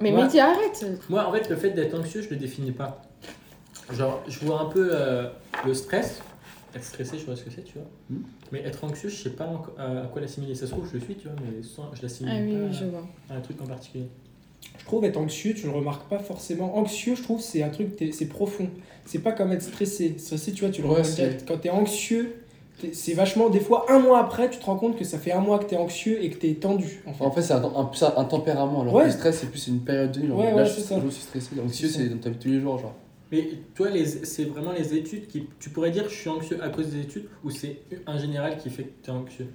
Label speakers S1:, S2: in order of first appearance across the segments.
S1: Mais
S2: Ouais.
S1: Mehdi, arrête
S2: Moi, en fait, le fait d'être anxieux, je le définis pas. Genre, je vois un peu euh, le stress. Être stressé, je vois ce que c'est, tu vois.
S3: Hmm.
S4: Mm.
S2: Mais être anxieux, je sais pas enco- à à quoi l'assimiler. Ça se trouve, je le suis, tu vois, mais sans, je l'assimile
S1: Ah oui,
S2: pas
S1: oui, je vois.
S2: à un truc en particulier.
S4: Je trouve être anxieux, tu le remarques pas forcément. Anxieux, je trouve, c'est un truc, t'es- c'est profond. C'est pas comme être stressé. Stressé, tu vois, tu le
S3: Ouais,
S4: remarques
S3: c'est-
S4: direct. Quand t'es anxieux, t'es- c'est vachement. Des fois, un mois après, tu te rends compte que ça fait un mois que t'es anxieux et que t'es tendu. En fait.
S3: En fait, c'est un, un- c'est un tempérament. Alors
S4: Ouais.
S3: que le stress, c'est plus une période de nuit. Genre,
S4: Ouais,
S3: là,
S4: ouais,
S3: je,
S4: c'est
S3: suis-
S4: ça.
S3: je suis stressé. L'anxieux,
S4: C'est ça.
S3: c'est dans ta vie de tous les jours. Genre.
S2: Mais toi, les, c'est vraiment les études qui. Tu pourrais dire, je suis anxieux à cause des études, ou c'est un général qui fait que t'es anxieux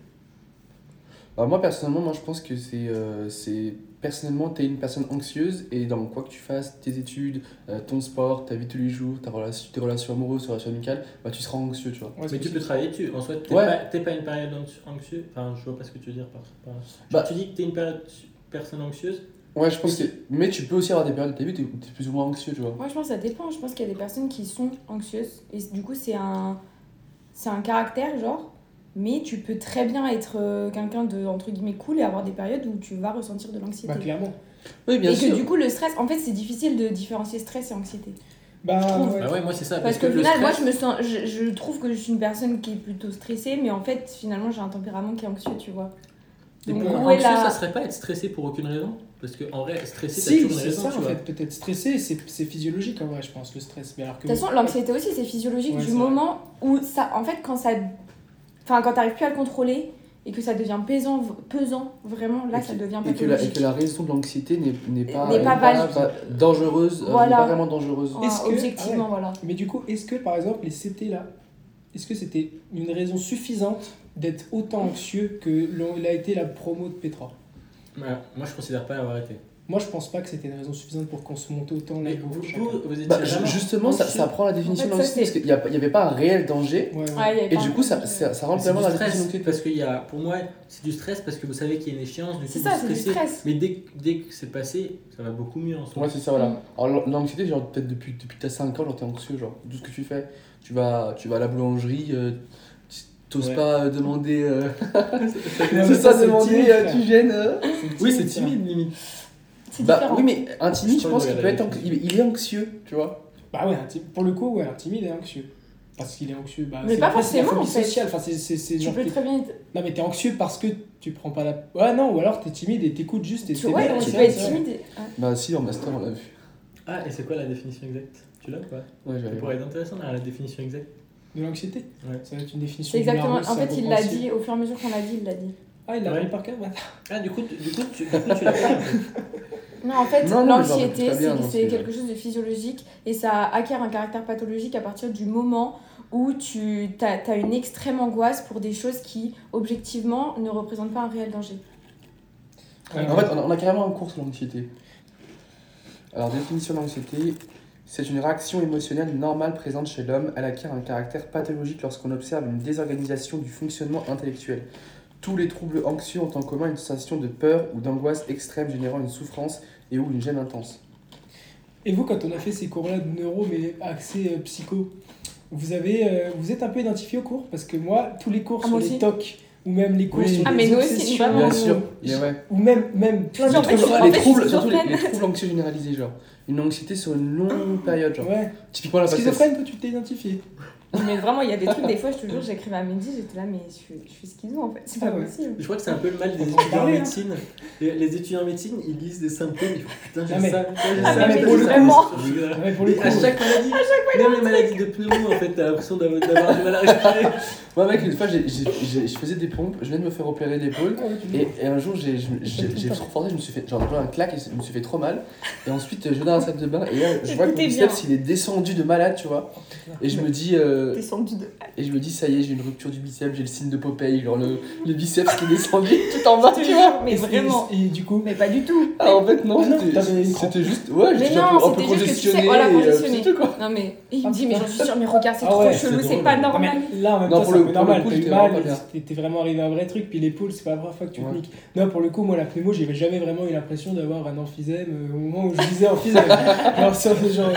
S3: Bah, moi, personnellement, moi, je pense que c'est. euh, c'est personnellement, t'es une personne anxieuse et dans quoi que tu fasses, tes études, euh, ton sport, ta vie de tous les jours, ta relation, tes relations amoureuses, tes relations amicales, bah, tu seras anxieux, tu vois.
S4: Ouais, c'est
S2: Mais tu
S4: possible.
S2: peux travailler dessus. En soi, t'es
S3: Ouais.
S2: pas, t'es pas une période anxi- anxieuse. Enfin, je vois pas ce que tu veux dire par. par-
S3: Bah.
S2: Tu dis que t'es une période, personne anxieuse.
S3: Ouais, je pense que. Mais tu peux aussi avoir des périodes de ta vie où t'es- où t'es plus ou moins anxieux, tu vois.
S1: Moi, je pense que ça dépend. Je pense qu'il y a des personnes qui sont anxieuses. Et du coup, c'est un, c'est un caractère, genre. Mais tu peux très bien être euh, quelqu'un de, entre guillemets, cool et avoir des périodes où tu vas ressentir de l'anxiété.
S4: Bah, clairement.
S3: Oui, bien
S1: et
S3: sûr.
S1: que du coup, le stress, en fait, c'est difficile de différencier stress et anxiété.
S4: Bah,
S1: trouve.
S4: ouais.
S2: Bah ouais, moi, c'est ça.
S1: Parce qu'au final, moi,
S2: stress-
S1: je me sens. Je, je trouve que je suis une personne qui est plutôt stressée, mais en fait, finalement, j'ai un tempérament qui est anxieux, tu vois.
S2: Et
S1: Donc,
S2: pour
S1: où
S2: anxieux,
S1: est la.
S2: ça serait pas être stressé pour aucune raison Parce que en vrai, stressé, t'as
S4: Si,
S2: toujours une
S4: c'est
S2: raison,
S4: ça
S2: tu
S4: en
S2: vois.
S4: fait, peut-être stressé, c'est c'est physiologique en vrai, je pense, le stress. Mais alors que
S1: De toute façon, l'anxiété aussi, c'est physiologique
S4: Ouais,
S1: du
S4: c'est vrai.
S1: moment où ça. En fait, quand ça. Enfin, quand t'arrives plus à le contrôler et que ça devient pesant, pesant vraiment, là,
S3: Et
S1: ça
S3: que-
S1: devient
S3: Et que, la, et
S1: pathologique.
S3: que la raison de l'anxiété n'est n'est pas,
S1: N'est pas valide.
S3: dangereuse, euh, n'est
S1: Voilà.
S3: pas vraiment dangereuse.
S1: Ouais,
S4: Est-ce que-
S1: objectivement,
S4: ah
S1: voilà.
S4: Mais du coup, est-ce que par exemple les CT là, est-ce que c'était une raison suffisante d'être autant anxieux que l'on- l'a été la promo de Petra
S2: Voilà. Moi, je considère pas l'avoir été.
S4: Moi, je pense pas que c'était une raison suffisante pour qu'on se monte autant
S2: Mais
S4: les
S2: vous,
S4: gauche.
S2: vous, vous étiez
S3: Bah, ju-
S2: vraiment-
S3: justement, ça, ça prend la définition
S1: En fait,
S3: de
S1: ça,
S3: l'anxiété parce qu'il n'y avait pas un réel danger.
S4: Ouais, ouais.
S1: Ouais, il y avait
S3: Et
S1: pas
S3: du
S1: un
S3: coup, ça,
S1: truc, euh,
S3: ça, ça rentre
S2: C'est
S3: vraiment
S2: du
S3: dans la définition de
S2: stress,
S3: l'anxiété.
S2: parce qu'il y a, pour moi, c'est du stress parce que vous savez qu'il y a une échéance, du coup,
S1: C'est
S2: vous
S1: ça, c'est du
S2: stressez.
S1: stress.
S2: Mais dès, que- dès que c'est passé, ça va beaucoup mieux en soi.
S3: Ouais, c'est ça, voilà.
S1: Mm.
S3: Alors, l'an- l'anxiété, genre, peut-être depuis, depuis que t'as 5 ans, genre, t'es anxieux, genre, tout ce que tu fais. Tu vas, tu vas à la boulangerie, euh, tu- t'oses
S2: Ouais.
S3: pas euh, demander. euh,
S4: mais
S3: c'est
S4: ça,
S3: ça,
S4: c'est timide,
S3: demander, euh,
S4: frère.
S3: tu gênes. euh.
S2: oui, c'est timide, limite.
S1: C'est
S3: Bah
S1: différent.
S3: oui, mais un timide, je
S2: Je
S3: pense
S2: crois
S3: qu'il
S2: que
S3: peut
S2: la
S3: être. anxi-
S2: vérité.
S3: Il il est anxieux, tu vois.
S4: Bah ouais, un ti- pour le coup, ouais, un timide est anxieux. Parce qu'il est anxieux. Bah,
S1: Mais
S4: c'est-
S1: pas
S4: après, c'est la
S1: forcément,
S4: phobie
S1: en fait.
S4: sociale. Enfin, c'est- c'est- c'est
S1: Tu
S4: genre
S1: peux
S4: t'es-
S1: très bien être.
S4: Non, mais t'es anxieux parce que tu prends pas la. Ouais, non, ou alors t'es timide et t'écoutes juste et
S1: Tu,
S4: t'es
S1: ouais,
S4: bien,
S1: tu
S4: c'est
S1: peux
S4: vrai,
S1: être
S4: c'est vrai.
S1: timide. et- ouais.
S3: Bah si, en master, on l'a vu.
S2: Ah, et c'est quoi la définition exacte Tu l'as ou pas
S3: Ouais,
S2: Ça
S3: j'avais.
S2: pourrait être intéressant d'avoir la définition exacte.
S4: De l'anxiété
S2: Ouais.
S4: Ça va être une définition.
S1: C'est
S4: du
S1: exactement.
S4: Larousse,
S1: En
S4: ça
S1: fait,
S4: vaut
S1: il l'a
S4: anxieux.
S1: dit, au fur et à mesure qu'on l'a dit, il l'a dit.
S4: Ah, il l'a
S2: Ouais.
S4: pris par cœur, ouais.
S2: Ah, du coup, tu- du coup, tu, du coup, tu l'as fait, en fait.
S1: Non, en fait,
S3: Non, non, mais j'en doute
S1: l'anxiété,
S3: pas bien,
S1: c'est-
S3: j'en
S1: c'est
S3: suis-
S1: quelque chose de physiologique et ça acquiert un caractère pathologique à partir du moment où tu as, une extrême angoisse pour des choses qui, objectivement, ne représentent pas un réel danger.
S4: Ouais,
S3: En fait, on a, on a carrément un cours sur l'anxiété. Alors, définition de l'anxiété, c'est une réaction émotionnelle normale présente chez l'homme. Elle acquiert un caractère pathologique lorsqu'on observe une désorganisation du fonctionnement intellectuel. Tous les troubles anxieux ont en commun une sensation de peur ou d'angoisse extrême générant une souffrance et ou une gêne intense.
S4: Et vous, quand on a fait ces cours-là de neuro, mais axés euh, psycho, vous, avez, euh, vous êtes un peu identifié au cours Parce que moi, tous les cours
S1: Ah,
S4: sur
S1: moi
S4: les
S1: aussi.
S4: TOC, ou même les cours
S3: Oui.
S4: sur
S1: Ah,
S4: les
S1: mais nous aussi,
S4: obsessions,
S1: vraiment. Bien
S3: sûr, Mais ouais.
S4: ou même, même plein
S1: Genre,
S4: de
S1: en fait,
S4: trucs.
S1: tu vois,
S4: là.
S1: en
S3: les
S1: fait,
S3: troubles,
S1: je suis
S3: surtout les, les
S1: schizophrène.
S3: troubles anxieux généralisés, genre une anxiété sur une longue période, genre.
S4: Ouais.
S3: Typiquement la passation.
S4: Schizophrène, toi, tu t'es identifié.
S1: Mais vraiment, il y a des trucs, des fois, je te jure, j'écrivais à Mehdi, j'étais là, mais je suis, je suis schizo en fait, c'est pas
S4: Ah ouais.
S1: possible.
S2: Je crois que c'est un peu le mal des
S4: On peut en
S2: étudiants en
S4: parler, hein.
S2: médecine. Les, les étudiants en médecine, ils lisent des symptômes, ils font putain, j'ai
S4: Non, mais-
S2: ça, putain, j'ai
S4: Ah,
S2: ça,
S4: mais
S2: putain,
S4: pour
S2: j'ai
S4: le
S2: ça.
S4: coup-
S2: Je suis
S1: Ah,
S2: là.
S4: Ouais, pour le
S2: Mais
S4: coup.
S2: à chaque maladie, même les maladies de pneumo, en fait, t'as l'impression d'avoir d'avoir du mal à respirer.
S3: Moi, mec, une fois, j'ai- j'ai- j'ai- je faisais des pompes, je venais de me faire opérer l'épaule.
S4: ouais, tu-
S3: Et, et un jour, j'ai je me- j'ai- j'ai trop forcé, je me suis fait genre j'ai pris un claque et je me suis fait trop mal. Et ensuite, je vais dans la salle de bain et là, je vois que mon
S1: T'étais
S3: biceps il est descendu de malade, tu vois. Et je me dis, euh,
S1: Descendu de.
S3: et je me dis, ça y est, j'ai une rupture du biceps, j'ai le signe de Popeye, genre le, le biceps qui est descendu tout en bas, tu vois.
S1: Ah, mais
S4: et-
S1: vraiment.
S4: Et, et du coup.
S1: Mais pas du tout.
S3: Ah, en fait, non,
S4: Ah non,
S3: c'était-
S4: t'avais une crampe.
S3: c'était juste, ouais,
S1: Mais
S3: j'étais un
S1: non,
S3: peu, un peu
S1: c'était juste que tu sais,
S3: congestionné.
S1: voilà,
S3: et, euh,
S1: congestionné.
S3: c'est tout, quoi.
S1: Non, mais il
S4: Ah,
S1: me dit, mais
S4: putain.
S1: j'en suis sûre, mais regarde, c'est
S4: Ah
S1: trop
S4: ouais,
S1: chelou,
S2: c'est
S1: c'est
S2: drôle.
S1: pas
S4: Non, mais
S1: normal.
S4: là en même
S3: Non,
S4: temps
S3: pour
S4: c'est un peu
S3: le- pour le
S4: normal,
S3: coup,
S4: t'as eu
S3: j'étais vraiment
S4: mal,
S3: pas bien.
S4: t'es- t'es vraiment arrivé à un vrai truc, puis l'épaule c'est pas la première fois que tu te
S3: Ouais.
S4: niques. Non pour le coup moi la pneumo j'avais jamais vraiment eu l'impression d'avoir un emphysème euh, au moment où je visais emphysème. Alors ça c'est genre,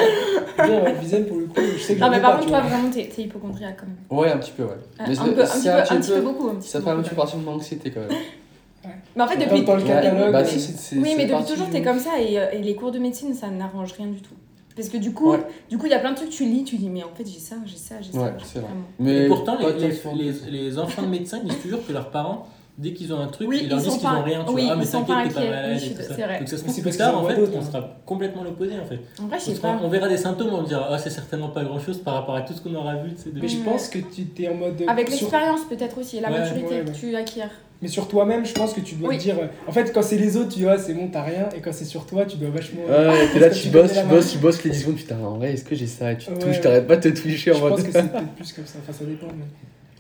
S4: bien ouais, emphysème pour le coup je sais que
S1: Non,
S4: j'en ai
S1: mais par
S4: pas,
S1: contre,
S4: tu
S1: toi,
S4: vois.
S1: vraiment, t'es t'es hypocondriaque quand même.
S3: Ouais, un petit peu, ouais.
S1: Un
S3: Mais
S1: Ah, un
S3: c'est-
S1: peu, un
S3: c'est
S1: petit peu- un petit peu beaucoup. un petit
S3: Ça
S1: peu
S3: fait un
S1: beaucoup,
S3: petit peu partie de mon anxiété quand même.
S1: Mais en fait,
S4: Comme
S1: depuis.
S4: dans le
S1: depuis-
S4: catalogue.
S3: Bah,
S1: mais-
S3: si, c'est- c'est-
S1: Oui,
S3: c'est
S1: mais depuis
S3: parti
S1: toujours,
S3: du-
S1: t'es comme ça et, euh, et les cours de médecine, ça n'arrange rien du tout. Parce que du coup,
S3: Ouais.
S1: du coup, il y a plein de trucs, tu lis, tu dis, mais en fait, j'ai ça, j'ai ça, j'ai
S3: Ouais,
S1: ça.
S3: c'est vrai.
S1: Vraiment.
S3: Mais
S2: Et pourtant,
S3: pas
S2: les, les,
S3: tant que-
S2: les, les enfants de médecins disent toujours que leurs parents, dès qu'ils ont un truc,
S1: Oui,
S2: ils leur
S1: ils
S2: disent
S1: sont
S2: qu'ils
S1: pas-
S2: ont rien. Tu
S1: oui,
S2: vois, ah, mais
S1: ils sont
S2: t'inquiète,
S1: pas
S2: t'es pas
S1: inquiets.
S2: malade.
S1: Oui,
S2: et
S1: je
S2: tout
S1: suis-
S2: ça.
S1: c'est vrai.
S2: Donc ça se
S4: Mais
S2: trouve
S4: c'est
S2: plus
S4: parce
S2: tard,
S4: qu'ils en
S2: en
S4: voient
S2: fait,
S4: d'autres,
S2: on
S4: hein.
S2: sera complètement l'opposé, en fait.
S1: En vrai, je
S2: On,
S1: sais
S2: sera-
S1: pas.
S2: on verra des symptômes, on dira, ah, c'est certainement pas grand chose par rapport à tout ce qu'on aura vu, tu sais,
S4: Mais
S2: depuis.
S4: je pense que tu t'es en mode.
S1: Avec
S4: sur-
S1: l'expérience, peut-être aussi, et la
S2: Ouais,
S1: maturité
S4: ouais, ouais.
S1: que tu acquiers.
S4: Mais sur toi-même, je pense que tu dois
S1: Oui.
S4: te dire. euh, En fait, quand c'est les autres, tu vois, c'est bon, t'as rien. Et quand c'est sur toi, tu dois vachement. euh,
S3: Ouais, t'es
S4: parce
S3: là,
S4: que
S3: tu
S4: tu
S3: bosses,
S4: connais
S3: tu
S4: la
S3: bosses, tu bosses les 10 secondes, putain, en vrai, est-ce que j'ai ça Et tu te
S4: Ouais,
S3: touches,
S4: ouais.
S3: t'arrêtes pas de te toucher
S4: Je
S3: en mode.
S4: pense que c'est peut-être plus comme ça. Enfin, ça dépend. mais-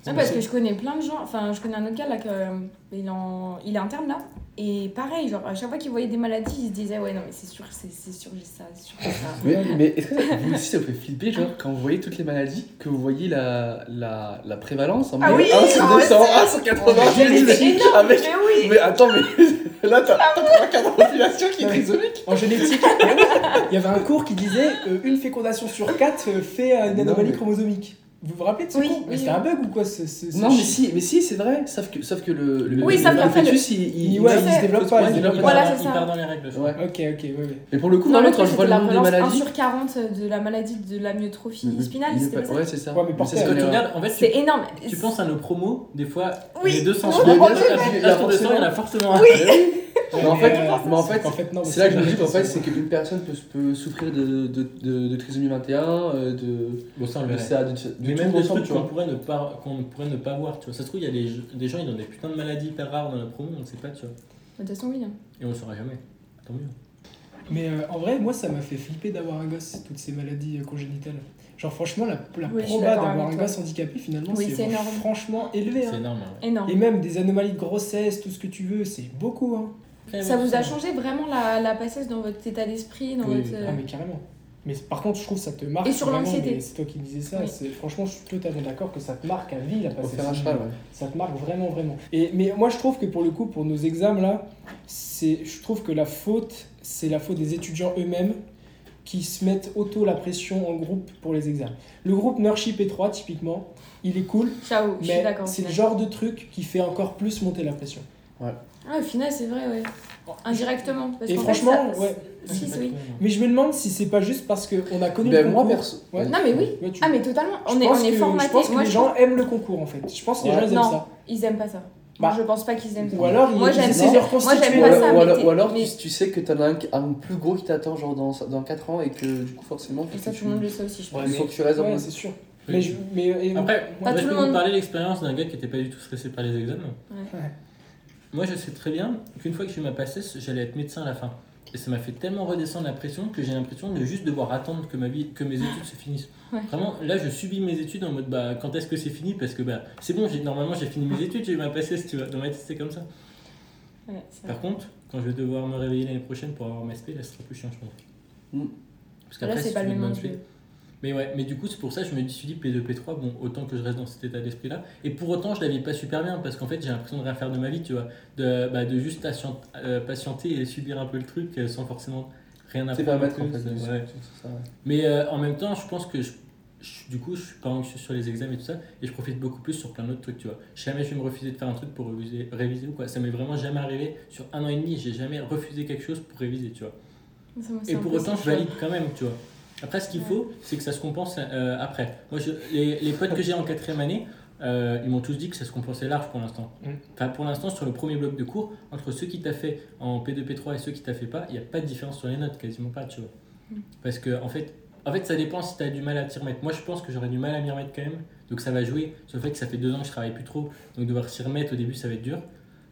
S1: Non, parce que je connais plein de gens, enfin je connais un autre gars là, que, euh, il, en, il est interne là, et pareil, genre à chaque fois qu'il voyait des maladies, il se disait ouais non mais c'est sûr, c'est c'est sûr j'ai ça, c'est sûr j'ai ça.
S3: Mais, mais est-ce que ça- vous aussi ça vous fait flipper, genre, quand vous voyez toutes les maladies, que vous voyez la, la, la prévalence en
S1: Ah
S3: mode
S1: oui,
S3: 1 sur
S1: ah ouais,
S3: 200,
S1: c'est-
S3: 1 sur 90,
S1: Mais c'est énorme,
S3: avec
S1: mais oui
S3: Mais attends, mais
S4: Ah
S3: là, t'as t'as trois quarts de la population qui oh, est
S4: En
S3: trisomique.
S4: génétique, il y avait un cours qui disait euh, une fécondation sur quatre euh, fait euh, une
S3: Non,
S4: anomalie
S3: mais-
S4: chromosomique. Vous vous rappelez de ce
S1: Oui,
S4: cours
S1: oui,
S4: Mais c'était un bug ou quoi ce, ce- ce
S3: Non, mais
S4: chi-
S3: si, mais si, c'est vrai. Sauf que, sauf que le, le,
S1: Oui,
S3: le,
S1: sauf qu'après, le-
S3: fœtus, il,
S4: il,
S3: il-
S4: ouais,
S1: il
S4: il
S1: sait.
S4: se développe
S3: Ouais,
S4: pas.
S3: il
S4: il se développe
S1: Voilà,
S4: pas.
S1: c'est
S2: il
S1: ça.
S2: part dans les règles, je
S3: Ouais.
S2: crois.
S4: Ok, ok, ouais, ouais.
S3: Mais pour le coup,
S1: Non,
S3: vraiment,
S1: l'autre,
S3: quand je
S1: c'était
S3: vois le
S1: la
S3: nombre des
S1: relance 1
S3: maladies.
S1: sur 40 de la maladie de la myotrophie
S3: le-
S1: spinale,
S3: il est
S1: c'était
S3: pas-
S1: pas ça
S3: Ouais, c'est ça.
S4: Ouais, mais porté
S3: c'est
S2: Parce que
S3: ce
S2: tu
S3: qu'on est-
S2: regardes, en fait,
S1: C'est
S2: tu,
S1: énorme
S2: tu penses à nos promos, des fois,
S1: Oui.
S2: les 200
S1: Oui,
S2: sur
S1: mais
S2: les
S1: bien
S2: deux,
S1: sûr,
S2: à-
S3: mais
S2: à sur 200, il y en a forcément un.
S3: Mais en
S4: Mais,
S3: fait,
S4: euh,
S3: mais en fait,
S4: en fait, non, mais
S3: c'est là que je me dis qu'en fait,
S4: c'est-
S3: c'est qu'une personne peut, peut souffrir de, de, de, de trisomie 21, euh, de,
S2: Bon, ça, on le
S3: de
S2: verra.
S3: ça, de, de
S2: Mais
S3: tout
S2: même des
S3: ensemble,
S2: trucs
S3: tu
S2: qu'on
S3: vois.
S2: pourrait, ne pas, qu'on ne pourrait ne pas voir, tu vois. Ça se trouve, il y a des, des gens, ils ont des putains de maladies hyper rares dans la promo, on ne sait pas, tu vois.
S1: De toute façon oui. hein.
S2: Et on le saura jamais. Tant mieux.
S4: mais euh, en vrai, moi, ça m'a fait flipper d'avoir un gosse, toutes ces maladies euh, congénitales. Genre, franchement, la, la
S1: Oui, je suis
S4: proba
S1: d'accord
S4: d'avoir
S1: avec
S4: un
S1: toi.
S4: gosse handicapé, finalement,
S1: Oui,
S4: c'est
S1: c'est énorme.
S4: franchement élevé. hein.
S2: C'est énorme. hein,
S1: Énorme.
S4: Et même des anomalies de grossesse, tout ce que tu veux, c'est beaucoup. Hein.
S2: ouais.
S1: Ça vous a changé vraiment la, la passesse dans votre état d'esprit, dans
S3: Oui,
S1: votre... euh,
S4: Ah, mais carrément. Mais par contre, je trouve que ça te marque.
S1: Et sur
S4: vraiment,
S1: l'anxiété.
S4: mais C'est toi qui disais ça.
S1: Oui.
S4: c'est- Franchement, je suis totalement d'accord que ça te marque à vie la
S3: Faut faire un
S4: passation.
S3: cheval, ouais.
S4: Ça te marque vraiment, vraiment. Et, mais moi, je trouve que pour le coup, pour nos examens là, c'est, je trouve que la faute, c'est la faute des étudiants eux-mêmes qui se mettent auto la pression en groupe pour les examens. Le groupe Nurshi P3, typiquement, il est cool,
S1: Ciao, je suis
S4: mais
S1: d'accord. au
S4: c'est le
S1: final.
S4: genre de truc qui fait encore plus monter la pression.
S1: Ah, au final c'est vrai, ouais. Indirectement. Parce
S4: Et
S1: qu'en fait,
S4: franchement,
S1: ça-
S4: ouais.
S1: Si, si, oui.
S2: hein.
S4: Mais je me demande si c'est pas juste parce qu'on a connu
S3: Ben,
S4: le
S3: moi,
S4: concours.
S3: perso.
S4: Ouais.
S1: Non mais oui.
S4: Ouais, tu-
S1: Ah mais totalement,
S4: Je
S1: on est,
S4: pense
S1: on est
S4: que-
S1: formaté.
S4: Je pense que
S1: Moi,
S4: les
S1: je
S4: gens aiment le concours en fait. Je pense que les
S3: Ouais.
S4: gens ils aiment
S1: Non.
S4: ça.
S1: Ils aiment pas ça.
S4: Bah.
S1: je pense pas qu'ils aiment ça.
S4: Ou alors ils,
S1: Moi,
S4: ils euh,
S1: j'aime
S4: essaient
S3: ça.
S4: de les
S1: Moi, j'aime
S4: reconstituer.
S3: Ou
S1: pas
S3: alors,
S1: ça,
S3: ou
S1: mais
S3: alors-
S1: t'es-
S3: ou alors
S1: mais-
S3: tu, tu sais que t'en as un, un plus gros qui t'attend genre dans, dans 4 ans et que du coup forcément
S1: Et
S3: faut
S1: ça,
S3: que
S1: tout
S3: tu,
S1: le monde le sait aussi, je pense.
S3: il faut que tu restes dans
S4: Ouais,
S3: mon-
S4: c'est sûr.
S2: Oui.
S4: Mais, je, mais euh, et-
S2: Après,
S1: Pas
S2: moi, je
S1: tout
S2: peux
S1: le
S2: vous
S1: monde.
S2: parler de l'expérience d'un gars qui n'était pas du tout stressé par les examens.
S1: Ouais.
S4: Ouais.
S2: Moi, je sais très bien qu'une fois que j'ai eu ma passesse, j'allais être médecin à la fin. Et ça m'a fait tellement redescendre la pression que j'ai l'impression de juste devoir attendre que ma vie, que mes études se finissent.
S1: Ouais.
S2: Vraiment, là, je subis mes études en mode bah quand est-ce que c'est fini Parce que bah c'est bon, j'ai normalement j'ai fini mes études, j'ai eu ma passesse, tu vois. Dans ma tête, c'est comme ça.
S1: Ouais, c'est vrai.
S2: Par contre, quand je vais devoir me réveiller l'année prochaine pour avoir ma SP, là, ce sera plus chiant, je pense.
S3: Mm.
S2: Parce
S1: Là, c'est
S2: si
S1: pas
S2: tu
S1: le
S2: mets
S1: même
S2: une bonne
S1: enjeu.
S2: fée- Mais ouais, mais du coup, c'est pour ça que je me suis dit P2, P3, E bon, autant que je reste dans cet état d'esprit-là. Et pour autant, je la vis pas super bien parce qu'en fait, j'ai l'impression de rien faire de ma vie, tu vois. De, bah, de juste patient- euh, patienter et subir un peu le truc euh, sans forcément rien
S3: C'est
S2: apprendre.
S3: pas mettre
S2: non
S3: en
S2: plus,
S3: fait.
S2: euh,
S3: c'est-
S2: ouais.
S3: c'est ça, ouais.
S2: Mais euh, en même temps, je pense que je, je- du coup, je suis pas anxieux sur les examens et tout ça, et je profite beaucoup plus sur plein d'autres trucs, tu vois. Jamais je vais me refuser de faire un truc pour réviser, réviser ou quoi. Ça m'est vraiment jamais arrivé. Sur un an et demi, j'ai jamais refusé quelque chose pour réviser, tu vois.
S1: Ça, moi, c'est
S2: Et
S1: un
S2: pour
S1: peu
S2: autant,
S1: ça.
S2: je valide quand même, tu vois. Après, ce qu'il
S1: Ouais.
S2: faut, c'est que ça se compense euh, après. Moi, je- les, les potes que j'ai en quatrième année, euh, ils m'ont tous dit que ça se compensait large pour l'instant.
S4: Mm.
S2: Enfin, pour l'instant, sur le premier bloc de cours, entre ceux qui t'a fait en P2, P3 et ceux qui t'a fait pas, il n'y a pas de différence sur les notes, quasiment pas, tu vois.
S1: Mm.
S2: Parce que, en fait, en fait, ça dépend si t'as du mal à t'y remettre. Moi, je pense que j'aurais du mal à m'y remettre quand même. Donc, ça va jouer sur le fait que ça fait deux ans que je travaille plus trop. Donc, devoir s'y remettre au début, ça va être dur.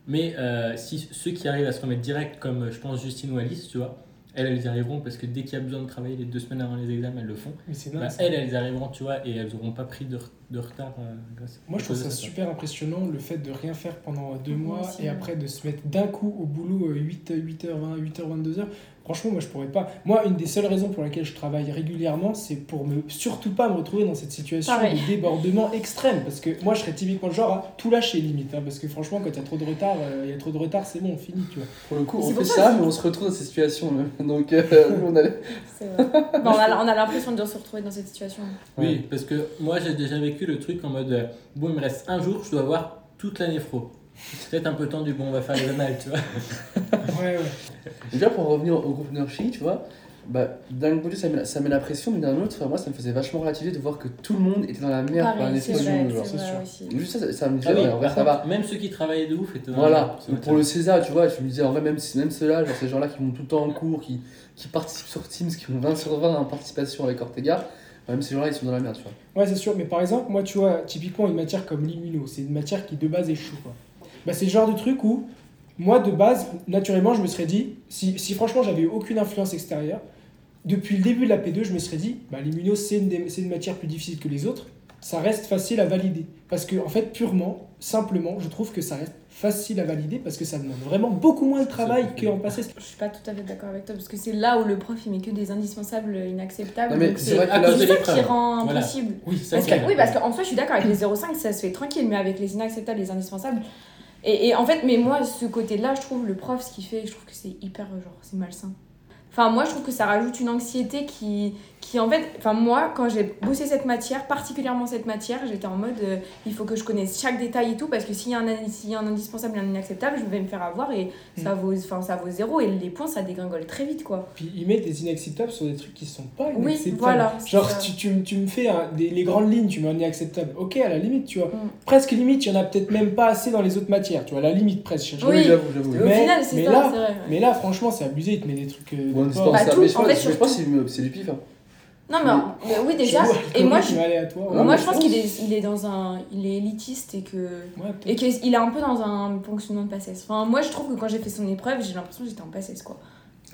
S2: Mais euh, si ceux qui arrivent à se remettre direct, comme euh, je pense Justine ou Alice, tu vois, elles, elles y arriveront parce que dès qu'il y a besoin de travailler les deux semaines avant les examens, elles le font.
S4: Mais c'est
S2: Bah,
S4: dingue, ça.
S2: elles, elles y arriveront, tu vois, et elles n'auront pas pris de, re- de retard. euh, grâce-
S4: Moi, je trouve
S2: à
S4: ça super impressionnant le fait de rien faire pendant deux
S1: Moi
S4: mois
S1: aussi,
S4: et
S1: ouais.
S4: après de se mettre d'un coup au boulot euh, 8, 8h20, 8h22h. Franchement, moi, je pourrais pas. Moi, une des seules raisons pour laquelle je travaille régulièrement, c'est pour me surtout pas me retrouver dans cette situation
S1: Pareil.
S4: de débordement extrême. Parce que moi, je serais typiquement le genre à tout lâcher limite. hein, parce que franchement, quand il y a trop de retard, euh, il y a trop de retard, c'est bon, on finit, tu vois.
S3: Pour le coup,
S1: C'est
S3: on
S1: pour
S3: fait
S1: ça
S3: ça,
S1: que-
S3: mais on se retrouve dans cette situation. là. Donc, euh, nous, on a...
S1: C'est vrai. Bah, on a, on a l'impression de se retrouver dans cette situation.
S2: Oui, parce que moi, j'ai déjà vécu le truc en mode euh, bon, il me reste un jour, je dois avoir toute la néphro. C'est peut-être un peu tendu, bon, on va faire les annales, tu vois.
S4: Ouais, ouais.
S3: Déjà, pour revenir au groupe Nurshi, tu vois, bah, d'un côté, ça met, la- ça met la pression, mais d'un autre, moi, ça me faisait vachement relativiser de voir que tout le monde était dans la merde par une
S1: Pareil, c'est vrai,
S3: explosion. genre.
S1: c'est
S4: c'est sûr.
S1: vrai aussi.
S3: Juste ça, ça, ça me disait,
S2: Ah oui,
S3: ouais, en vrai,
S2: par
S3: ça va.
S2: contre, euh, Même ceux qui travaillaient de ouf étaient dans
S3: Voilà,
S2: la-
S3: ou pour le César, tu vois, je me disais en vrai, même, même ceux-là, genre ces gens-là qui vont tout le temps en cours, qui, qui participent sur Teams, qui ont 20 sur 20 en participation avec Ortega, bah, même ces gens-là, ils sont dans la merde, tu vois.
S4: Ouais, c'est sûr, mais par exemple, moi, tu vois, typiquement une matière comme l'immuno, c'est une matière qui de base est chou, quoi. Bah, c'est le genre de truc où, moi, de base, naturellement, je me serais dit, si, si franchement j'avais eu aucune influence extérieure, depuis le début de la P2, je me serais dit, bah, l'immuno, c'est une, des- c'est une matière plus difficile que les autres, ça reste facile à valider. Parce que, en fait, purement, simplement, je trouve que ça reste facile à valider parce que ça demande vraiment beaucoup moins de travail
S2: plus
S4: qu'en passé.
S1: Je suis pas tout à fait d'accord avec toi parce que c'est là où le prof il met que des indispensables inacceptables.
S3: Non, mais
S1: donc
S3: c'est vrai que là,
S1: c'est
S2: c'est
S1: ça
S2: l'épreuve.
S1: qui rend
S2: Voilà.
S1: impossible.
S2: Oui, ça
S1: Parce
S2: c'est
S1: que, oui, parce qu'en fait, je suis d'accord avec les 0,5, ça se fait tranquille, mais avec les inacceptables, les indispensables. Et, et en fait, mais moi, ce côté-là, je trouve le prof, ce qu'il fait, je trouve que c'est hyper, genre, c'est malsain. Enfin, moi, je trouve que ça rajoute une anxiété qui, qui en fait, enfin, moi, quand j'ai bossé cette matière, particulièrement cette matière, j'étais en mode, euh, il faut que je connaisse chaque détail et tout, parce que s'il y, a un in- s'il y a un indispensable et un inacceptable, je vais me faire avoir et
S4: Mm.
S1: ça, vaut, enfin, ça vaut zéro, et les points, ça dégringole très vite, quoi.
S4: Puis ils mettent des inacceptables sur des trucs qui sont pas
S1: Oui,
S4: inacceptables.
S1: voilà, c'est ça.
S4: Genre, tu, tu, me- tu me fais un- des, les grandes lignes, tu mets un inacceptable. Ok, à la limite, tu vois.
S1: Mm.
S4: Presque limite, il y en a peut-être même pas assez dans les autres matières, tu vois. À la limite, presque. je-
S1: Oui.
S3: j'avoue, j'avoue.
S1: Au
S3: ouais.
S4: Oui. Mais-
S1: final, c'est
S4: mais
S1: ça,
S4: là-
S1: c'est vrai.
S4: Mais là, franchement, c'est abusé, ils te mettent des trucs. euh, de
S3: Ou indispensable.
S1: Bah, tout,
S3: mais je pense,
S1: en fait,
S3: mais je
S1: surtout.
S3: pense que c'est- c'est du pif. hein.
S1: Non, mais, mais oui, déjà,
S4: Je vois
S1: et
S4: comment
S1: moi,
S4: tu
S1: je
S4: vas aller à toi.
S3: Non,
S1: moi,
S3: mais
S1: je
S3: je
S1: pense
S3: pense-
S1: qu'il est, il est dans un, il est élitiste et que
S4: Ouais, peut-être.
S1: et qu'il est un peu dans un fonctionnement de passesse. Enfin, moi, je trouve que quand j'ai fait son épreuve, j'ai l'impression que j'étais en passesse, quoi.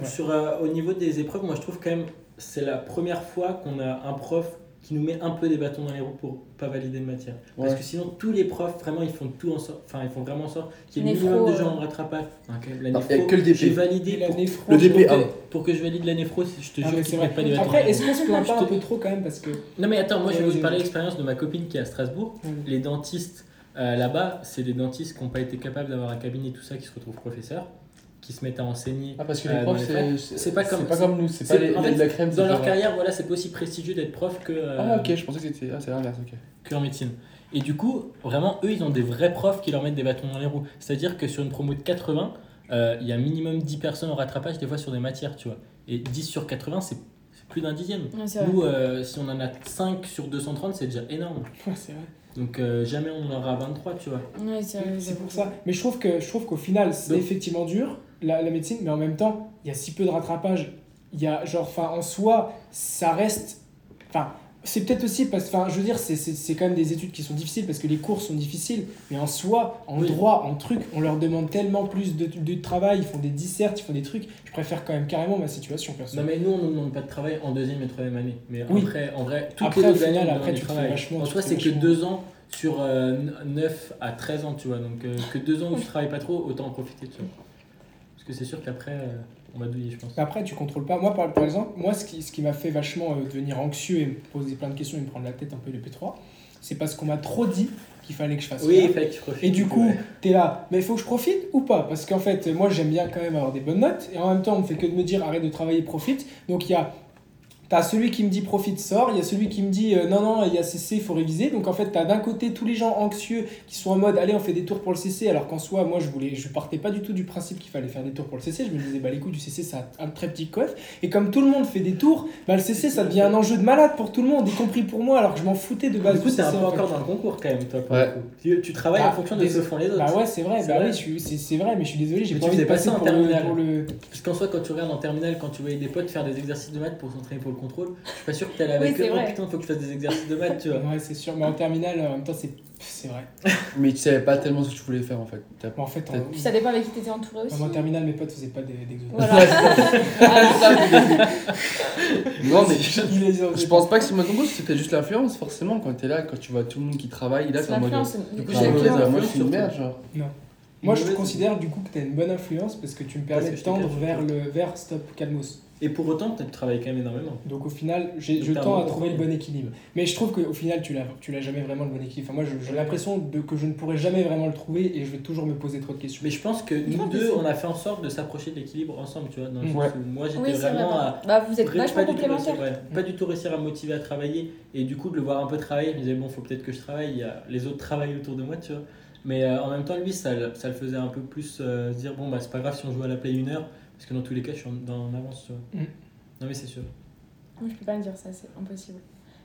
S4: Ouais.
S2: Sur, euh, au niveau des épreuves, moi je trouve quand même c'est la première fois qu'on a un prof qui nous met un peu des bâtons dans les roues pour pas valider une matière. Parce
S3: Ouais.
S2: que sinon tous les profs vraiment ils font tout en sorte, enfin ils font vraiment en sorte qu'il y ait le
S1: Néphro,
S2: minimum de
S1: euh.
S2: gens en rattrapage. Enfin, quand même, la
S3: Non, il y a
S2: néphro,
S3: que le DP. Ah.
S2: J'ai
S4: Et
S2: validé
S4: la
S2: pour,
S4: néphro,
S3: Le
S4: je-
S3: DP.
S2: pour,
S3: DPA.
S2: que, pour que je valide la néphro, je te
S4: Ah, mais
S2: jure
S4: c'est
S2: qu'ils
S4: vrai.
S2: prennent pas des bâtons. dans
S4: Après,
S2: les
S4: est-ce Eh qu'on se plaint
S2: Je
S4: pas
S2: te-
S4: un peu trop quand même Parce que.
S2: roues. Non mais attends, moi je vais
S4: Ouais,
S2: vous parler
S4: j'ai-
S2: de l'expérience de ma copine qui est à Strasbourg. Les dentistes, euh, là-bas, c'est des dentistes qui n'ont pas été capables d'avoir un cabinet, tout ça, qui se retrouvent professeurs, qui se mettent à enseigner.
S3: Ah, parce que
S2: euh,
S3: les
S2: dans
S3: profs,
S2: les facs.
S3: c'est
S2: c'est pas comme-
S3: c'est pas comme nous, c'est
S2: c'est-
S3: pas les,
S2: en
S3: les-
S2: fait,
S3: la crème.
S2: Dans
S3: c'est
S2: leur
S3: genre-
S2: carrière, voilà, c'est pas aussi prestigieux d'être prof que, euh,
S3: Ah, ok, je pensais que c'était. Ah, c'est l'inverse, ok.
S2: que en médecine. Et du coup, vraiment, eux, ils ont des vrais profs qui leur mettent des bâtons dans les roues. C'est-à-dire que sur une promo de 80, euh, il y a minimum 10 personnes en rattrapage, des fois sur des matières, tu vois. Et 10 sur 80, c'est c'est plus d'un dixième.
S1: Ouais, c'est vrai.
S2: Nous, euh, si on en a 5 sur 230, c'est déjà énorme.
S4: Ouais, c'est vrai.
S2: Donc euh, jamais on en aura 23, tu vois.
S1: Ouais, c'est vrai,
S4: C'est
S1: j'avoue.
S4: pour ça. Mais je trouve que je trouve qu'au final, c'est
S2: Donc-
S4: effectivement dur la, la médecine, mais en même temps, il y a si peu de rattrapage. Il y a genre, enfin, en soi, ça reste. Enfin, c'est peut-être aussi parce, enfin, je veux dire, c'est- c'est c'est quand même des études qui sont difficiles parce que les cours sont difficiles. Mais en soi, en
S2: Oui.
S4: droit, en truc, on leur demande tellement plus de, de travail. Ils font des dissertes, ils font des trucs. Je préfère quand même carrément ma situation
S2: Non
S4: personnelle.
S2: mais nous on ne demande pas de travail en deuxième et troisième année. Mais
S4: Oui.
S2: après, en vrai, toutes
S4: Après,
S2: les
S4: au
S2: autres
S4: final,
S2: années, on
S4: après,
S2: demande
S4: tu
S2: du
S4: fais
S2: travail.
S4: vachement,
S2: En
S4: tu
S2: soi
S4: fais
S2: c'est que
S4: vachement.
S2: deux ans sur euh, n- 9 à 13 ans, tu vois. Donc euh, que deux ans où tu travailles pas trop, autant en profiter, tu vois. Parce que c'est sûr qu'après, euh, on va douiller, je pense.
S4: Mais Après, tu contrôles pas. Moi, par, par exemple, moi, ce qui, ce qui m'a fait vachement euh, devenir anxieux et me poser plein de questions et me prendre la tête un peu le P3, c'est parce qu'on m'a trop dit qu'il fallait que je fasse rien.
S2: Oui, il fallait que tu profites.
S4: Et du coup,
S2: ouais.
S4: t'es là, mais faut que je profite ou pas Parce qu'en fait, moi j'aime bien quand même avoir des bonnes notes, et en même temps, on me fait que de me dire arrête de travailler, profite. Donc il y a. T'as celui qui me dit profite, sort, il y a celui qui me dit euh, non, non, il y a CC, il faut réviser. Donc en fait, t'as d'un côté tous les gens anxieux qui sont en mode allez, on fait des tours pour le CC, alors qu'en soi, moi je voulais, je partais pas du tout du principe qu'il fallait faire des tours pour le CC. Je me disais, bah les coups du CC, ça a un très petit coffre. Et comme tout le monde fait des tours, bah le CC, ça devient un enjeu de malade pour tout le monde, y compris pour moi, alors que je m'en foutais de base.
S2: du coup,
S4: bah, du
S2: c'est un
S4: CC,
S2: peu
S4: en fait.
S2: encore dans le concours quand même, toi. pour
S3: Ouais.
S2: le coup. Tu, tu travailles
S4: Bah,
S2: en fonction de ce
S4: des-
S2: que font les autres.
S4: Bah ouais, c'est vrai,
S2: C'est
S4: bah
S2: vrai.
S4: oui, je suis- c'est c'est vrai, mais je suis désolé, j'ai
S2: Mais
S4: pas
S2: tu
S4: envie de
S2: faisais pas
S4: passer
S2: ça en
S4: pour le,
S2: terminale.
S4: pour le.
S2: Parce qu'en soi, quand tu regardes en terminale, quand tu voyais des potes faire des exercices de maths pour s'entraîner pour le contrôle, je suis pas sûr que t'allais
S1: Oui,
S2: avec
S1: c'est
S2: eux. Oh
S1: vrai.
S2: putain, faut que je fasse des exercices de maths, tu vois.
S4: Ouais, c'est sûr, mais en terminale, en même temps, c'est c'est vrai.
S3: Mais tu savais pas tellement ce que tu voulais faire en fait. T'as-
S4: Bon, en fait, en,
S1: Puis ça dépend avec qui t'étais entouré aussi.
S4: en terminale, mes potes faisaient pas des, des exos.
S1: Voilà.
S3: Non, mais.
S4: Ils les ont-
S3: Je pense pas que c'est mon concours, c'était juste l'influence, forcément. Quand t'es là, quand tu vois tout le monde qui travaille, là,
S1: C'est
S3: t'es en mode.
S1: l'influence.
S3: Du coup,
S2: Ah,
S3: j'ai
S2: ouais.
S3: la moi je suis
S2: Surtout.
S3: une merde, genre.
S4: Moi, je
S2: Mauvaise-
S4: considère du coup que t'as une bonne influence parce que tu me permets
S2: Parce que
S4: de
S2: je
S4: tendre
S2: t'ai
S4: vers le vers stop calmos.
S2: Et pour autant, peut-être travailler quand même énormément.
S4: Donc au final, j'ai- je
S2: Donc, t'as
S4: tends
S2: un
S4: à
S2: bon
S4: trouver le
S2: compromis.
S4: bon équilibre. Mais je trouve qu'au final, tu l'as tu l'as jamais vraiment le bon équilibre. Enfin, moi, je- j'ai l'impression de- que je ne pourrai jamais vraiment le trouver et je vais toujours me poser trop de questions.
S2: Mais je pense que
S1: Je
S2: nous
S1: pense que
S2: deux,
S1: c'est-
S2: on a fait en sorte de s'approcher de l'équilibre ensemble, tu vois. Dans le sens
S3: Ouais.
S2: où moi, j'étais
S1: Oui, c'est vrai.
S2: vraiment à.
S1: pardon. Bah, vous êtes
S2: Pas du tout
S1: vachement Mm.
S2: réussir-
S1: complémentaires.
S2: ouais, pas du tout réussir à me motiver à travailler et du coup de le voir un peu travailler, je me disais bon, faut peut-être que je travaille, il y a les autres travaillent autour de moi, tu vois. Mais euh, en même temps, lui, ça, le- ça le faisait un peu plus euh, se dire bon, bah, c'est pas grave si on joue à la play une heure, parce que dans tous les cas, je suis en, dans- en avance. tu vois.
S4: Mm.
S2: Non, mais c'est sûr.
S1: Moi, je peux pas me dire ça, c'est impossible.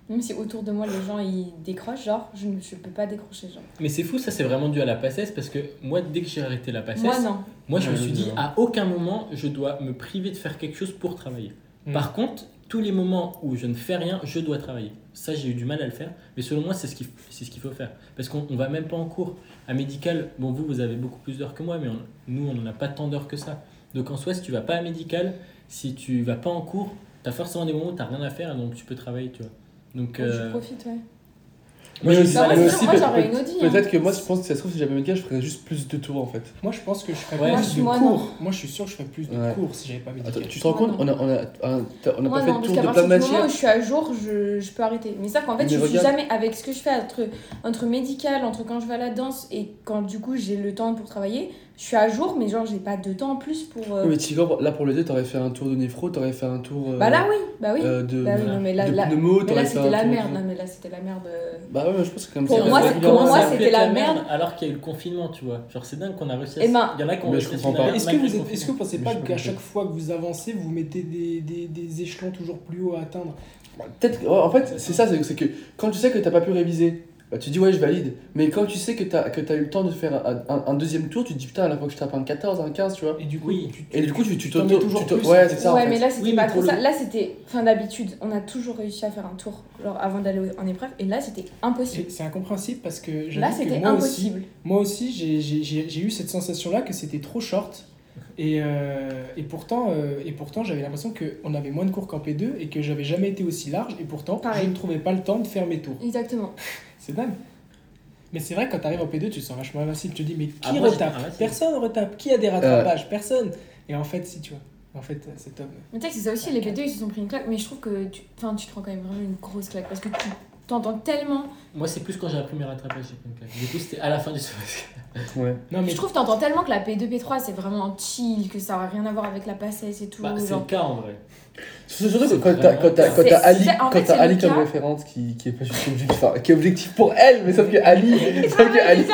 S1: Même si autour de moi, les gens, ils décrochent, genre, je ne je peux pas décrocher, genre.
S2: Mais c'est fou, ça, c'est vraiment dû à la passesse, parce que moi, dès que j'ai arrêté la passesse,
S1: Moi, non.
S2: Moi, je me
S3: Ouais,
S2: suis dit,
S3: non.
S2: à aucun moment, je dois me priver de faire quelque chose pour travailler.
S4: Mm.
S2: Par contre, tous les moments où je ne fais rien, je dois travailler. Ça, j'ai eu du mal à le faire, mais selon moi, c'est ce qu'il c'est ce qu'il faut faire. Parce qu'on ne va même pas en cours. À médical, bon, vous, vous avez beaucoup plus d'heures que moi, mais on- nous, on n'en a pas tant d'heures que ça. Donc, en soi, si tu vas pas à médical, si tu vas pas en cours, tu as forcément des moments où tu n'as rien à faire, donc tu peux travailler, tu vois. Donc,
S1: Je
S2: euh,
S1: profite, ouais.
S2: moi, j'ai eu du
S1: ça,
S2: mal à
S1: Bah, moi,
S2: le
S1: c'est
S2: faire.
S1: vrai, moi, j'aurais une Audi, hein.
S3: Peut-être que moi, je pense que ça se trouve, si j'avais mes gars, je ferais juste plus de tours en fait.
S4: Moi, je pense que je ferais
S2: Ouais.
S4: plus
S2: Moi,
S1: je- hein.
S4: de
S1: moi, non.
S4: cours. Moi, je suis sûr que je ferais plus de
S3: Ouais.
S4: cours si j'avais pas
S3: Attends,
S4: médical.
S3: tu te rends
S1: Ouais,
S3: compte
S1: non.
S3: On a, on a, un- t'as- on a
S1: Moi,
S3: pas fait
S1: non,
S3: de
S1: parce
S3: tour
S1: qu'à
S3: de plein
S1: partir du moment
S3: de matières.
S1: où je suis à jour, je, je peux arrêter. Mais ça, qu'en fait,
S3: Mais
S1: je suis
S3: regarde.
S1: jamais avec ce que je fais, entre, entre médical, entre quand je vais à la danse et quand du coup j'ai le temps pour travailler, je suis à jour, mais genre, j'ai pas de temps en plus pour. euh,
S3: Oui, Mais Tigor, là pour le 2, t'aurais fait un tour de néphro, t'aurais fait un tour euh,
S1: Bah là, oui, bah oui.
S3: euh, de,
S1: bah oui,
S2: voilà.
S1: non, mais là,
S3: de
S1: là-
S3: pneumo,
S1: mais là,
S3: t'aurais fait
S1: c'était
S3: un
S1: la
S3: tour.
S1: merde. Non, mais là, c'était la merde. euh.
S3: Bah ouais, je pense que comme
S1: Pour
S3: ça.
S1: moi,
S3: ouais.
S1: c'est-
S2: Régulièrement,
S1: pour moi,
S2: ça a pu
S1: c'était
S2: être
S1: la merde.
S2: Alors qu'il y a eu le confinement, tu vois. Genre, c'est dingue qu'on a réussi à.
S1: Eh ben-
S2: Il y en a qui ont
S3: Mais je
S2: réussi à s'en
S3: comprends pas.
S2: sortir
S4: Est-ce que,
S2: malgré
S4: vous
S2: le
S4: êtes- est-ce que vous pensez
S3: Mais
S4: pas
S3: je peux
S4: qu'à
S3: comprendre.
S4: chaque fois que vous avancez, vous mettez des, des, des échelons toujours plus hauts à atteindre
S3: Peut-être. ouais, en fait, c'est ça, c'est c'est que quand tu sais que t'as pas pu réviser, bah tu dis ouais, je valide. Mais quand tu sais que t'as que t'as eu le temps de faire un, un- un deuxième tour, tu te dis putain, à la fois que je tape un 14, un 15, tu vois.
S4: Et du coup,
S2: Oui.
S4: tu,
S3: Et du coup, tu tu
S4: T'en mets
S3: t'auto-
S4: toujours
S3: tu t'au-
S4: plus, en
S3: Ouais,
S4: fait.
S3: c'est ça. en
S1: ouais,
S3: fait.
S1: mais là, c'était
S2: Oui, mais
S1: pas
S2: pour
S1: trop
S2: le-
S1: ça. Là, c'était. Enfin, d'habitude, on a toujours réussi à faire un tour, genre, avant d'aller en épreuve, et là, c'était impossible.
S4: c'est c'est incompréhensible parce que
S1: Là,
S4: j'avoue que
S1: c'était
S4: moi aussi,
S1: impossible.
S4: moi aussi, j'ai- j'ai- j'ai j'ai eu cette sensation-là que c'était trop short. Et, euh, et pourtant, euh, et pourtant j'avais l'impression qu'on avait moins de cours qu'en P2 et que j'avais jamais été aussi large. Et pourtant,
S1: Pareil.
S4: je ne trouvais pas le temps de faire mes tours.
S1: Exactement.
S4: C'est dingue. Mais c'est vrai, quand t'arrives en P2, tu te sens vachement invincible. Tu te dis, mais qui
S2: Ah, moi, j'étais
S4: retape
S2: invincible.
S4: Personne retape. Qui a des rattrapages Personne. Et en fait, si tu vois. En fait, cet homme.
S1: Mais tu sais que c'est ça aussi, les P2 ils se sont pris une claque, mais je trouve que tu, enfin, tu te rends quand même vraiment une grosse claque parce que tu t'entends tellement.
S2: Moi, c'est plus quand j'ai appris mes rattrapages, j'ai pris une claque. Du coup, c'était à la fin du semestre.
S3: Ouais.
S4: Non, mais
S1: Je trouve que t'entends tellement que la P2, P3 c'est vraiment chill, que ça n'a rien à voir avec la passesse et tout.
S2: Bah, c'est le
S1: genre.
S2: cas en vrai.
S3: Surtout que
S2: C'est
S3: quand t'as
S2: vraiment-
S3: quand t'as- quand
S1: C'est-
S3: t'as Ali,
S1: c'est- en
S3: quand
S1: fait,
S3: t'as
S1: c'est le
S3: Ali comme
S1: cas.
S3: référence qui, qui est pas juste objectif, enfin, qui est objectif pour elle, mais sauf que Ali, sauf
S1: Ah
S3: que Ali, c'est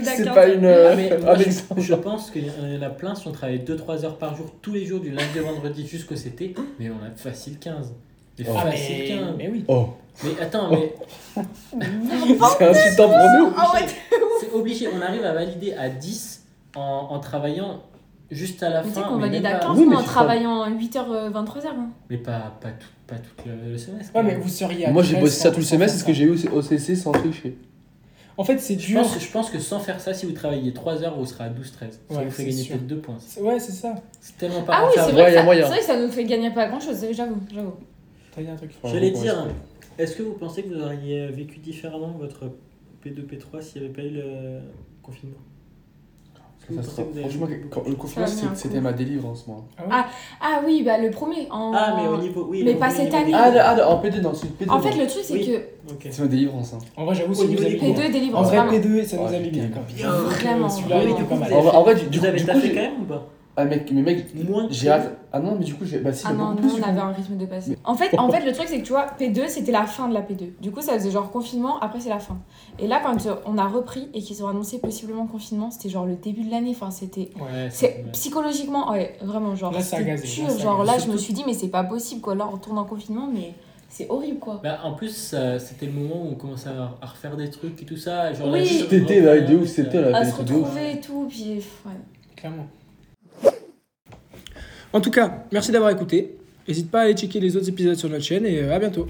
S3: pas, c'est pas une
S2: Ah,
S3: euh,
S2: mais
S3: un
S2: moi, je,
S3: exemple.
S2: je pense qu'il y en a plein si on travaille 2-3 heures par jour, tous les jours, du lundi au vendredi jusqu'au CT, mais on a facile 15. Mais
S3: Oh.
S4: Ah,
S2: facile
S4: mais,
S2: 15.
S4: mais oui.
S3: Oh,
S2: Mais attends, mais
S3: c'est insultant pour nous.
S2: c'est obligé, on arrive à valider à 10 en, en travaillant juste à la
S1: Mais tu sais
S2: fin.
S1: qu'on
S2: mais même
S1: valide à
S2: pas-
S1: 15
S3: Oui,
S1: moi,
S3: mais
S1: en
S3: tu
S1: travaillant 8h, 23h.
S2: Mais pas, pas tout, pas tout le, le semestre.
S4: Ouais, mais vous seriez. à
S3: Moi j'ai
S4: 13
S3: bossé ça tout le
S4: sans
S3: semestre,
S4: faire
S3: c'est ce que
S4: ça.
S3: j'ai eu au CC sans tricher.
S4: En fait, c'est
S2: Je
S4: dur.
S2: pense, je pense que sans faire ça, si vous travaillez 3 heures, vous serez à 12-13. Ça
S4: Ouais,
S2: vous fait
S4: c'est
S2: gagner
S4: sûr.
S2: peut-être 2 points.
S4: C'est- Ouais, c'est ça.
S2: C'est tellement pas
S1: Ah oui, c'est
S2: rentable.
S3: Ouais,
S1: vrai,
S3: y a
S1: que ça-
S3: moyen.
S1: c'est vrai que ça nous fait gagner pas grand chose, j'avoue. j'avoue.
S4: T'as dit un truc.
S2: J'allais dire, est-ce que vous pensez que vous auriez vécu différemment votre P2, P3 s'il n'y avait pas eu le confinement Est-ce que vous
S3: Ça
S2: pensez
S3: sera-
S2: que vous avez
S3: Franchement,
S2: vécu beaucoup
S3: quand- le confinement
S1: Ça va bien,
S3: c'est- c'était
S1: cool.
S3: ma délivrance moi.
S1: Ah oui, bah le premier en.
S2: Ah, mais au niveau. Oui,
S1: Mais
S2: au
S1: pas
S2: niveau
S1: cette
S2: des-
S1: année.
S3: Ah, là, ah là, en PD, non, c'est PD.
S1: En fait,
S3: non.
S1: le truc c'est
S2: Oui.
S1: que
S2: Ok.
S3: c'est ma délivrance. Hein.
S4: En vrai, j'avoue,
S2: Au
S4: si
S2: niveau
S4: vous
S2: des
S4: avez
S2: cours.
S1: P2
S4: En
S1: délivrance,
S4: vrai,
S1: vraiment.
S4: P2, ça nous
S3: Ouais,
S4: a mis bien
S3: P2.
S4: quand même.
S2: Bien.
S1: Vraiment.
S4: Celui-là, il
S1: Ouais,
S4: était
S1: du
S4: pas
S1: coup,
S4: mal.
S3: Bah, En vrai, en vrai, du, du
S2: Vous
S3: coup,
S2: avez
S3: du coup,
S2: taffé
S3: j'ai-
S2: quand même ou pas
S3: ah, mec, mais mec,
S2: Moins que
S3: j'ai
S2: prévu.
S3: hâte. Ah non, mais du coup, j'ai. Bah si,
S1: Ah
S3: mais
S1: non,
S3: beaucoup
S1: nous
S3: plus,
S1: on
S3: du
S1: avait
S3: coup.
S1: un rythme de passé. En fait, en fait, le truc c'est que tu vois, P2 c'était la fin de la P2. Du coup, ça faisait genre confinement, après c'est la fin. Et là, quand euh, on a repris et qu'ils ont annoncé possiblement confinement, c'était genre le début de l'année. Enfin, c'était.
S2: Ouais,
S1: C'est psychologiquement, ouais, vraiment, genre.
S4: Là, ça a
S1: c'était
S4: gazé,
S1: dur.
S4: là, ça a
S1: genre
S4: gazé.
S1: là, je me suis dit, mais c'est pas possible quoi. Là, on retourne en confinement, mais c'est horrible quoi.
S2: Bah, en plus, ça- c'était le moment où on commençait à, à refaire des trucs et tout ça. Genre
S1: Oui.
S2: la-
S3: Cet été, là, de ouf, cet
S2: euh,
S3: été, là,
S1: À
S3: des
S1: se
S3: trucs de ouf.
S1: retrouver et tout, puis. pff, ouais.
S4: Clairement. En tout cas, merci d'avoir écouté. N'hésite pas à aller checker les autres épisodes sur notre chaîne et euh, à bientôt.